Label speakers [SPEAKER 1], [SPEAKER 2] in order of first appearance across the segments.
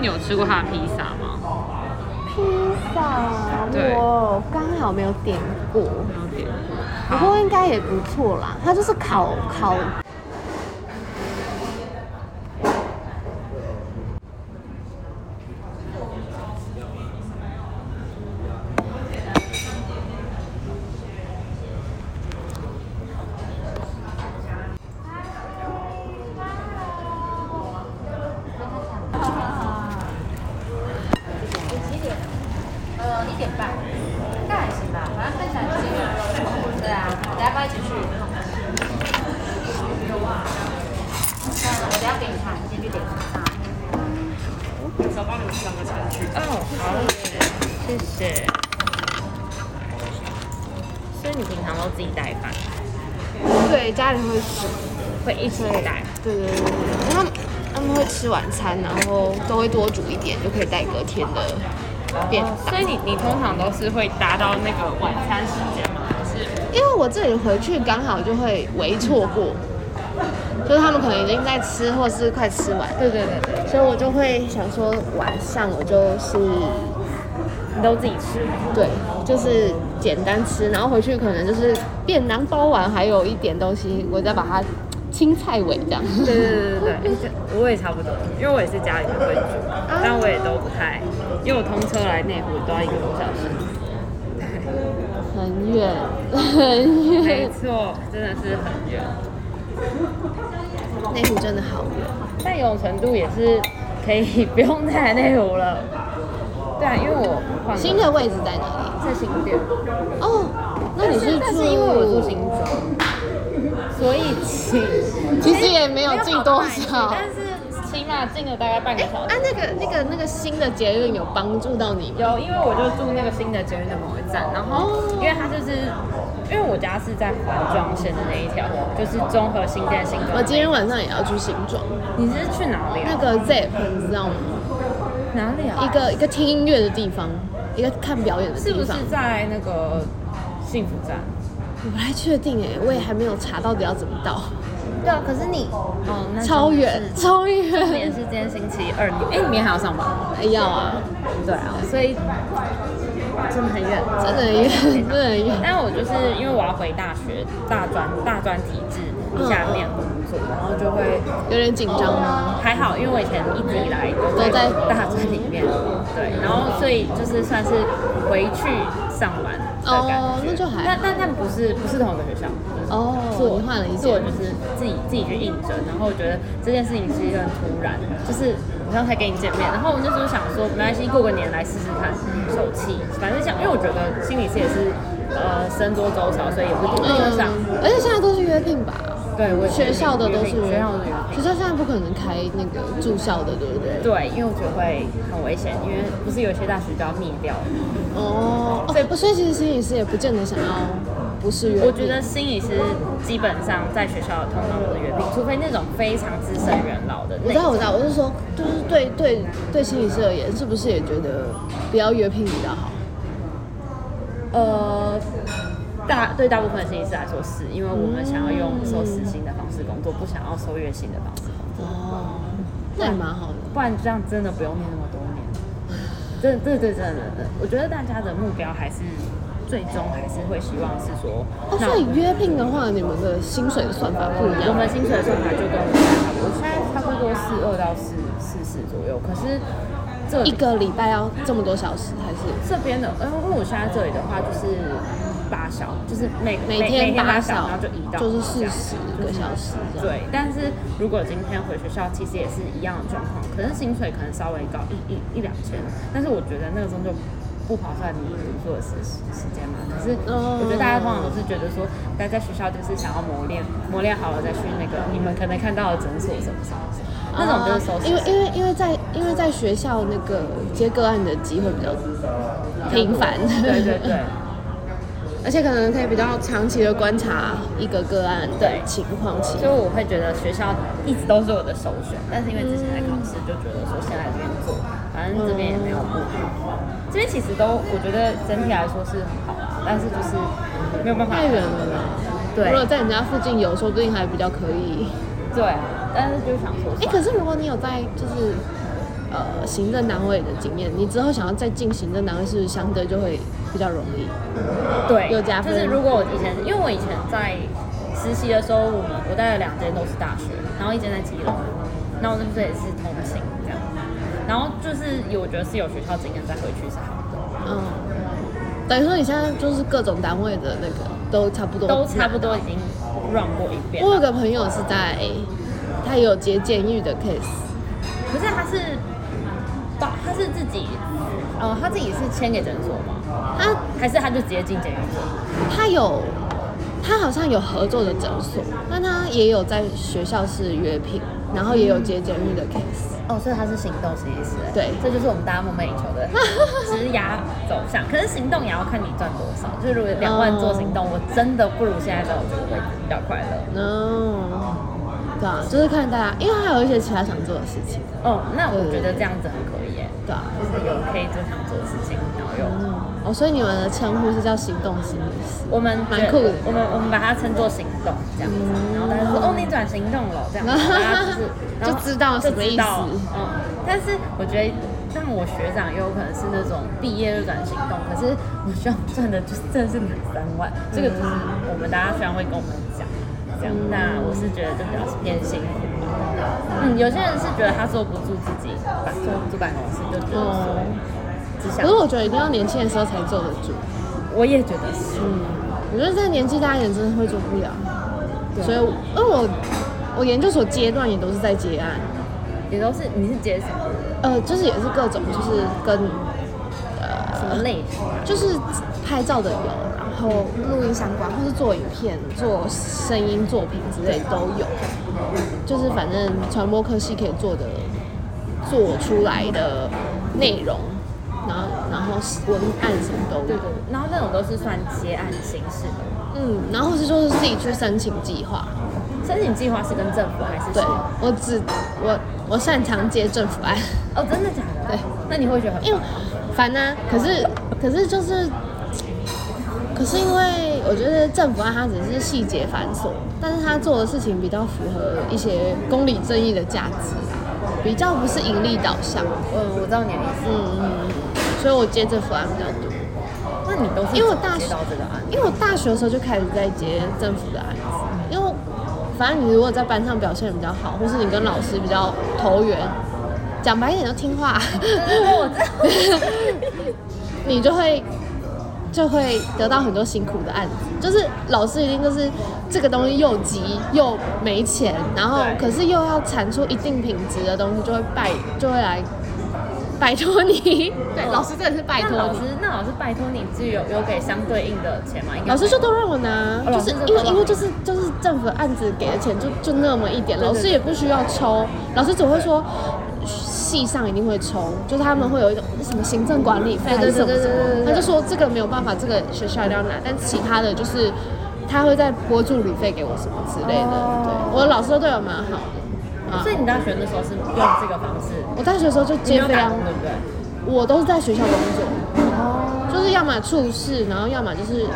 [SPEAKER 1] 你有吃过他的披萨吗？
[SPEAKER 2] 披萨
[SPEAKER 1] 对
[SPEAKER 2] 我刚好没有点过，
[SPEAKER 1] 没有点过。
[SPEAKER 2] 不过应该也不错啦。它就是烤烤，
[SPEAKER 3] 几点？呃，一点半，应该还行吧，反正看起来就是热热的。对啊，等下帮一起去。嗯我等下给你看，你先去点。
[SPEAKER 1] 哦，好，谢谢。所以你平常都自己带饭，
[SPEAKER 2] 对，家里会煮，
[SPEAKER 1] 会一起带？
[SPEAKER 2] 对对对对对，他们他们会吃晚餐，然后都会多煮一点，就可以带隔天的便当。
[SPEAKER 1] 所以你你通常都是会搭到那个晚餐时间吗？还是
[SPEAKER 2] 因为我这里回去刚好就会围错过，就是他们可能已经在吃，或是快吃完，
[SPEAKER 1] 对对对对，
[SPEAKER 2] 所以我就会想说晚上我就是
[SPEAKER 1] 你都自己吃。
[SPEAKER 2] 对，就是简单吃，然后回去可能就是便当包完，还有一点东西，我再把它青菜尾这样。
[SPEAKER 1] 对 对对对对，啊这我也差不多，因为我也是家里面会煮，但我也都不太，因为我通车来内湖都要一个多小时。
[SPEAKER 2] 很远，很
[SPEAKER 1] 没
[SPEAKER 2] 远，
[SPEAKER 1] 错，真的是很远，
[SPEAKER 2] 内湖真的好远。
[SPEAKER 1] 但有种程度也是可以不用再来内湖了。对啊，因为我换
[SPEAKER 2] 新的位置在哪里？
[SPEAKER 1] 在新店，
[SPEAKER 2] 哦，那你是
[SPEAKER 1] 但
[SPEAKER 2] 住？
[SPEAKER 1] 是因为我住新庄，所以请
[SPEAKER 2] 其实也没有进多
[SPEAKER 1] 没有
[SPEAKER 2] 少。
[SPEAKER 1] 好到哪里去但是起码进了大概半个小时。
[SPEAKER 2] 哎啊，那个、那个、那个新的捷运有帮助到你
[SPEAKER 1] 有，
[SPEAKER 2] 吗？
[SPEAKER 1] 因为我就住那个新的捷运的某一站，然后
[SPEAKER 2] 哦
[SPEAKER 1] 因为它就是，因为我家是在环状线的那一条，就是综合新店新庄。
[SPEAKER 2] 我今天晚上也要去新庄，
[SPEAKER 1] 你是去哪里啊？
[SPEAKER 2] 那个 ZEP 你知道吗？
[SPEAKER 1] 哪里啊？
[SPEAKER 2] 一个一个听音乐的地方，一个看表演的
[SPEAKER 1] 是
[SPEAKER 2] 地
[SPEAKER 1] 不是
[SPEAKER 2] 方。
[SPEAKER 1] 在那个幸福站？
[SPEAKER 2] 我不太确定哎、我也还没有查到底要怎么到，
[SPEAKER 1] 对啊，可是你哦，那
[SPEAKER 2] 超远超远。
[SPEAKER 1] 也是今天星期二，你哎，你明天还要上班？
[SPEAKER 2] 要啊，
[SPEAKER 1] 对啊，所以真的很远。
[SPEAKER 2] 真的很远，真的很远。
[SPEAKER 1] 但我就是因为我要回大学大专大专体制下面工作，然后就会
[SPEAKER 2] 有点紧张吗？
[SPEAKER 1] 还好，因为我以前一直以来都
[SPEAKER 2] 都在
[SPEAKER 1] 大专里面，对，然后所以就是算是回去上班的感觉。
[SPEAKER 2] 哦那就还好
[SPEAKER 1] 但但但不是不是同一个学校，
[SPEAKER 2] 哦，你换了一
[SPEAKER 1] 是我
[SPEAKER 2] 件
[SPEAKER 1] 就，是自己自己去应征，然后我觉得这件事情是很突然，就是我刚才跟你见面，然后我那时候想说没关系，过个年来试试看手气，反正想，因为我觉得心理师也是呃僧多粥少，所以也不顾得上。
[SPEAKER 2] 嗯，而且现在都是约聘吧，
[SPEAKER 1] 对，我也
[SPEAKER 2] 学校的都是
[SPEAKER 1] 学校的有
[SPEAKER 2] 学校现在不可能开那个住校的，对不对？
[SPEAKER 1] 对，因为我觉得会很危险，因为不是有些大学就要灭掉了。
[SPEAKER 2] 哦，所以不，所以其实心理师也不见得想要，不是约聘。
[SPEAKER 1] 我觉得心理师基本上在学校通常都是约聘，除非那种非常资深元老的
[SPEAKER 2] 我
[SPEAKER 1] 那
[SPEAKER 2] 知道，我知道，我是说，就是对对对心理师而言，是不是也觉得不要约聘比较好？
[SPEAKER 1] 呃，大对大部分的心理师来说是，因为我们想要用收时薪的方式工作，不想要收月薪的方式工作，
[SPEAKER 2] 哦，那也蛮好的。
[SPEAKER 1] 不然这样真的不用念那么多年。真这这真的真的，我觉得大家的目标还是最终还是会希望是说，
[SPEAKER 2] 哦，
[SPEAKER 1] 那
[SPEAKER 2] 所以约聘的话，你们的薪水的算法不一
[SPEAKER 1] 我
[SPEAKER 2] 样。
[SPEAKER 1] 们薪水的算法就跟我们差不多，现在差不多四二到四四四左右。可是这
[SPEAKER 2] 一个礼拜要这么多小时，还是
[SPEAKER 1] 这边的，呃因为我现在这里的话就是八小，就是每
[SPEAKER 2] 每天
[SPEAKER 1] 八
[SPEAKER 2] 八
[SPEAKER 1] 小，
[SPEAKER 2] 小
[SPEAKER 1] 然后就移到
[SPEAKER 2] 就是
[SPEAKER 1] 这
[SPEAKER 2] 四
[SPEAKER 1] 样
[SPEAKER 2] 十个小时这样。
[SPEAKER 1] 对，但是如果今天回学校，其实也是一样的状况，可能薪水可能稍微高一一一两千，但是我觉得那个时候就不划算你读书的时时间嘛。可是
[SPEAKER 2] 嗯
[SPEAKER 1] 我觉得大家通常都是觉得说，待在学校就是想要磨练，磨练好了再去那个你们可能看到的诊所什么什么什么，那种就是收
[SPEAKER 2] 啊
[SPEAKER 1] 拾。
[SPEAKER 2] 因为因为因为在因为在学校那个接个案的机会比较频繁，
[SPEAKER 1] 对对对，
[SPEAKER 2] 而且可能可以比较长期的观察一个个案的
[SPEAKER 1] 对
[SPEAKER 2] 情况起
[SPEAKER 1] 所以我会觉得学校一直都是我的首选，但是因为之前在考试，就觉得说先来这边做，反正这边也没有不好。这边其实都，我觉得整体来说是很好啦，但是就是没有办法
[SPEAKER 2] 太远了啦。
[SPEAKER 1] 对
[SPEAKER 2] 如果在人家附近有，说不定还比较可以。
[SPEAKER 1] 对啊，但是就想说，
[SPEAKER 2] 哎、可是如果你有在就是呃行政单位的经验，你之后想要再进行政单位，是不是相对就会比较容易？
[SPEAKER 1] 对，
[SPEAKER 2] 有加分
[SPEAKER 1] 就是如果我以前，因为我以前在实习的时候，我们我带了两间都是大学，然后一间在基隆，然后那时候也是通勤这样，然后就是有我觉得是有学校经验再回去是好的，
[SPEAKER 2] 嗯，等于说你现在就是各种单位的那个都差不多，
[SPEAKER 1] 都差不多已经 run 过一遍了。
[SPEAKER 2] 我有个朋友是在，他也有接监狱的 case，
[SPEAKER 1] 可是他是，把他是自己，呃，他自己是签给诊所吗？
[SPEAKER 2] 他
[SPEAKER 1] 还是他就直接进监狱所？
[SPEAKER 2] 他有，他好像有合作的诊所，但他也有在学校是约聘，然后也有接监狱的 case。
[SPEAKER 1] 哦，所以他是行动实习师欸，
[SPEAKER 2] 对
[SPEAKER 1] 这就是我们大家梦寐以求 的职涯走向。可是行动也要看你赚多少，就是如果两万做行动，我真的不如现在在我这个位置比较快乐。
[SPEAKER 2] 哦，对啊，就是看大家，因为他有一些其他想做的事情，
[SPEAKER 1] 哦，那我觉得这样子很可以耶，
[SPEAKER 2] 对啊。
[SPEAKER 1] 就是有可以做想做的事情，然后又。
[SPEAKER 2] 嗯，哦，所以你们的称呼是叫行动心理师，
[SPEAKER 1] 我们
[SPEAKER 2] 蛮
[SPEAKER 1] 觉得
[SPEAKER 2] 酷的
[SPEAKER 1] 我们我们把它称作行动这样子，
[SPEAKER 2] 嗯
[SPEAKER 1] 然后大家说哦，你转行动了这样子，然后大家就是然后
[SPEAKER 2] 就知道什么意思
[SPEAKER 1] 就知道嗯，但是我觉得像我学长也有可能是那种毕业就转行动，可是我学长赚的就是真的是两三万，
[SPEAKER 2] 嗯
[SPEAKER 1] 这个就是我们大家学长会跟我们讲，这样。那我是觉得这比较偏辛苦吧。嗯，有些人是觉得他坐不住自己，办坐不住办公室，就觉得说
[SPEAKER 2] 哦
[SPEAKER 1] 只想
[SPEAKER 2] 可是。我觉得一定要年轻的时候才坐得住。
[SPEAKER 1] 我也觉得是，
[SPEAKER 2] 嗯，我觉得这年纪大一点真的会做不了，所以我因为我我研究所阶段也都是在接案，
[SPEAKER 1] 也都是你是接什么
[SPEAKER 2] 呃，就是也是各种就是跟呃
[SPEAKER 1] 什么类型？
[SPEAKER 2] 就是拍照的有，然后录音相关，或是做影片、做声音作品之类都有，就是反正传播科系可以做的做出来的内容，然后然后文案什么都
[SPEAKER 1] 对对，，
[SPEAKER 2] 有
[SPEAKER 1] 对然后那种都是算接案形式的。
[SPEAKER 2] 嗯，然后或是就是自己去申请计划，
[SPEAKER 1] 申请计划是跟政府还是
[SPEAKER 2] 对
[SPEAKER 1] 谁
[SPEAKER 2] 我只我我擅长接政府案，
[SPEAKER 1] 哦，真的假的？
[SPEAKER 2] 对，
[SPEAKER 1] 那你会觉得很
[SPEAKER 2] 因为烦啊，可是可是就是，可是因为我觉得政府案它只是细节繁琐，但是它做的事情比较符合一些公理正义的价值啊，比较不是盈利导向，
[SPEAKER 1] 嗯，我知道你的意思。
[SPEAKER 2] 嗯，所以我接政府案比较多，
[SPEAKER 1] 那你都是
[SPEAKER 2] 因为我
[SPEAKER 1] 怎么
[SPEAKER 2] 大
[SPEAKER 1] 接
[SPEAKER 2] 学
[SPEAKER 1] 到这个啊案，
[SPEAKER 2] 因为我大学的时候就开始在接政府的案子，因为反正你如果在班上表现比较好，或是你跟老师比较投缘，讲白一点就听话。
[SPEAKER 1] 我知道
[SPEAKER 2] 你就会就会得到很多辛苦的案子，就是老师一定就是这个东西又急又没钱，然后
[SPEAKER 1] 对
[SPEAKER 2] 可是又要产出一定品质的东西，就会拜就会来拜托你。对，老师真的是拜
[SPEAKER 1] 那
[SPEAKER 2] 托
[SPEAKER 1] 老
[SPEAKER 2] 你
[SPEAKER 1] 师。，那老师拜托你，是有有给相对应的钱吗？应该
[SPEAKER 2] 老师就都让我拿，
[SPEAKER 1] 哦
[SPEAKER 2] 就
[SPEAKER 1] 老师
[SPEAKER 2] 是
[SPEAKER 1] 就都
[SPEAKER 2] 因为
[SPEAKER 1] 让你
[SPEAKER 2] 因为就是就是政府案子给的钱就就那么一点，
[SPEAKER 1] 对对
[SPEAKER 2] 老师也不需要抽，老师只会说系上一定会抽，就是他们会有一种什么行政管理费还
[SPEAKER 1] 对
[SPEAKER 2] 是
[SPEAKER 1] 对
[SPEAKER 2] 什
[SPEAKER 1] 对
[SPEAKER 2] 么什
[SPEAKER 1] 对对对
[SPEAKER 2] 么，
[SPEAKER 1] 对
[SPEAKER 2] 他就说这个没有办法，这个学校一定要拿，但其他的就是他会再拨助旅费给我什么之类的。对
[SPEAKER 1] 哦，
[SPEAKER 2] 我的老师都对我蛮好的啊
[SPEAKER 1] 所。以你大学那时候是用这个方式，
[SPEAKER 2] 我大学的时候就
[SPEAKER 1] 你没
[SPEAKER 2] 接
[SPEAKER 1] 有
[SPEAKER 2] 非
[SPEAKER 1] 打
[SPEAKER 2] 常
[SPEAKER 1] 工，对不对？
[SPEAKER 2] 我都是在学校工作，
[SPEAKER 1] 哦
[SPEAKER 2] 就是要么处事，然后要么就是，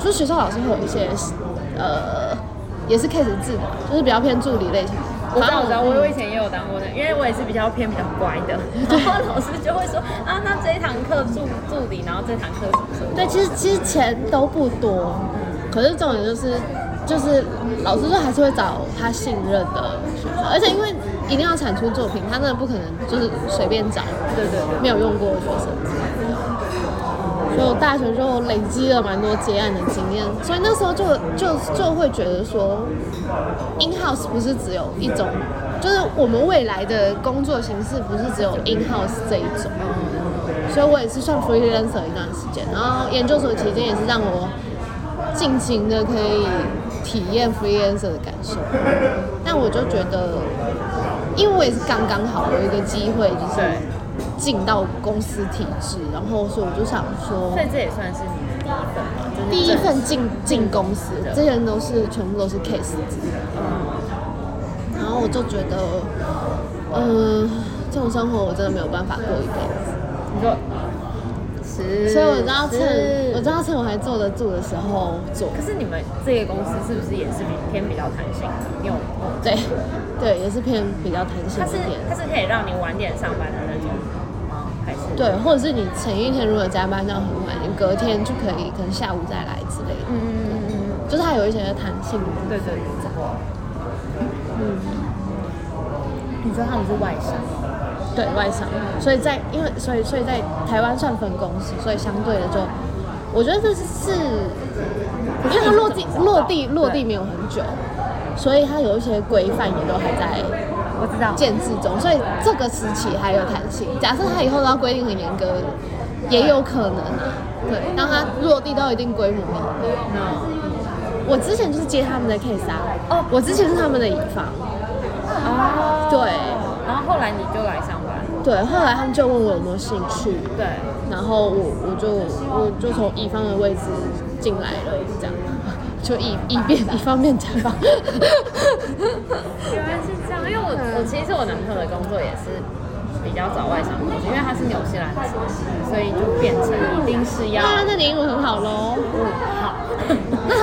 [SPEAKER 2] 就是学校老师会有一些，呃，也是 case 制的，就是比较偏助理类型的。
[SPEAKER 1] 我知道，我知道，我我以
[SPEAKER 2] 嗯
[SPEAKER 1] 前也有当过的，因为我也是比较偏比较乖 的，然后老师就会说啊，那这一堂课助助理，然后这堂课什么什么，
[SPEAKER 2] 对，其实其实钱都不多，可是重点就是就是老师就还是会找他信任的学生，而且因为一定要产出作品，他真的不可能就是随便找
[SPEAKER 1] 对对对。
[SPEAKER 2] 没有用过的学生之类的。所以我大学就累积了蛮多接案的经验，所以那时候就就就会觉得说，in house 不是只有一种，就是我们未来的工作形式不是只有 in house 这一种。所以我也是算 freelancer 一段时间，然后研究所期间也是让我尽情的可以体验 freelancer 的感受，但我就觉得，因为我也是刚刚好有一个机会，就是
[SPEAKER 1] 对
[SPEAKER 2] 进到公司体制，然后所以我就想说
[SPEAKER 1] 所，以这也算是你的第一份嘛，就是
[SPEAKER 2] 第一
[SPEAKER 1] 正
[SPEAKER 2] 份进进公司，之前都是全部都是 case 制，然后我就觉得，呃嗯、这种生活我真的没有办法过一辈子。
[SPEAKER 1] 你说是，
[SPEAKER 2] 所以我知道趁
[SPEAKER 1] 是
[SPEAKER 2] 我知道趁我还坐得住的时候做。
[SPEAKER 1] 可是你们这个公司是不是也是比偏比较弹性的？你有，
[SPEAKER 2] 对，对，也是偏比较弹性
[SPEAKER 1] 它
[SPEAKER 2] 一
[SPEAKER 1] 是
[SPEAKER 2] 点。
[SPEAKER 1] 它是可以让你晚点上班的那种吗？还是？
[SPEAKER 2] 对，或者是你前一天如果加班到很晚，你隔天就可以，可能下午再来之类的。
[SPEAKER 1] 嗯，嗯嗯嗯嗯
[SPEAKER 2] 就是它有一些弹性的。
[SPEAKER 1] 嗯，对对对，嗯，你说他们是外商，
[SPEAKER 2] 对外商，所以在因为所以所以在台湾算分公司，所以相对的就，我觉得这是是，因为它落地落地落地没有很久，所以它有一些规范也都还在
[SPEAKER 1] 我知道，
[SPEAKER 2] 建制中，所以这个时期还有弹性。假设它以后都要规定很严格，也有可能啊。对，让它落地到一定规模。
[SPEAKER 1] 嗯，
[SPEAKER 2] 我之前就是接他们的 case 啊，哦，我之前是他们的乙方，
[SPEAKER 1] 哦，
[SPEAKER 2] 对
[SPEAKER 1] 然后后来你就来上班，
[SPEAKER 2] 对，后来他们就问我有没有兴趣，
[SPEAKER 1] 对，
[SPEAKER 2] 然后我我就我就从乙方的位置进来了，这样，就一一边一方面甲 方，
[SPEAKER 1] 原来是这样，因为我我其实我男朋友的工作也是比较找外商公司，因为他是纽西兰籍，所以就变成一定是要嗯
[SPEAKER 2] 当然，那你英文很好喽。
[SPEAKER 1] 不好。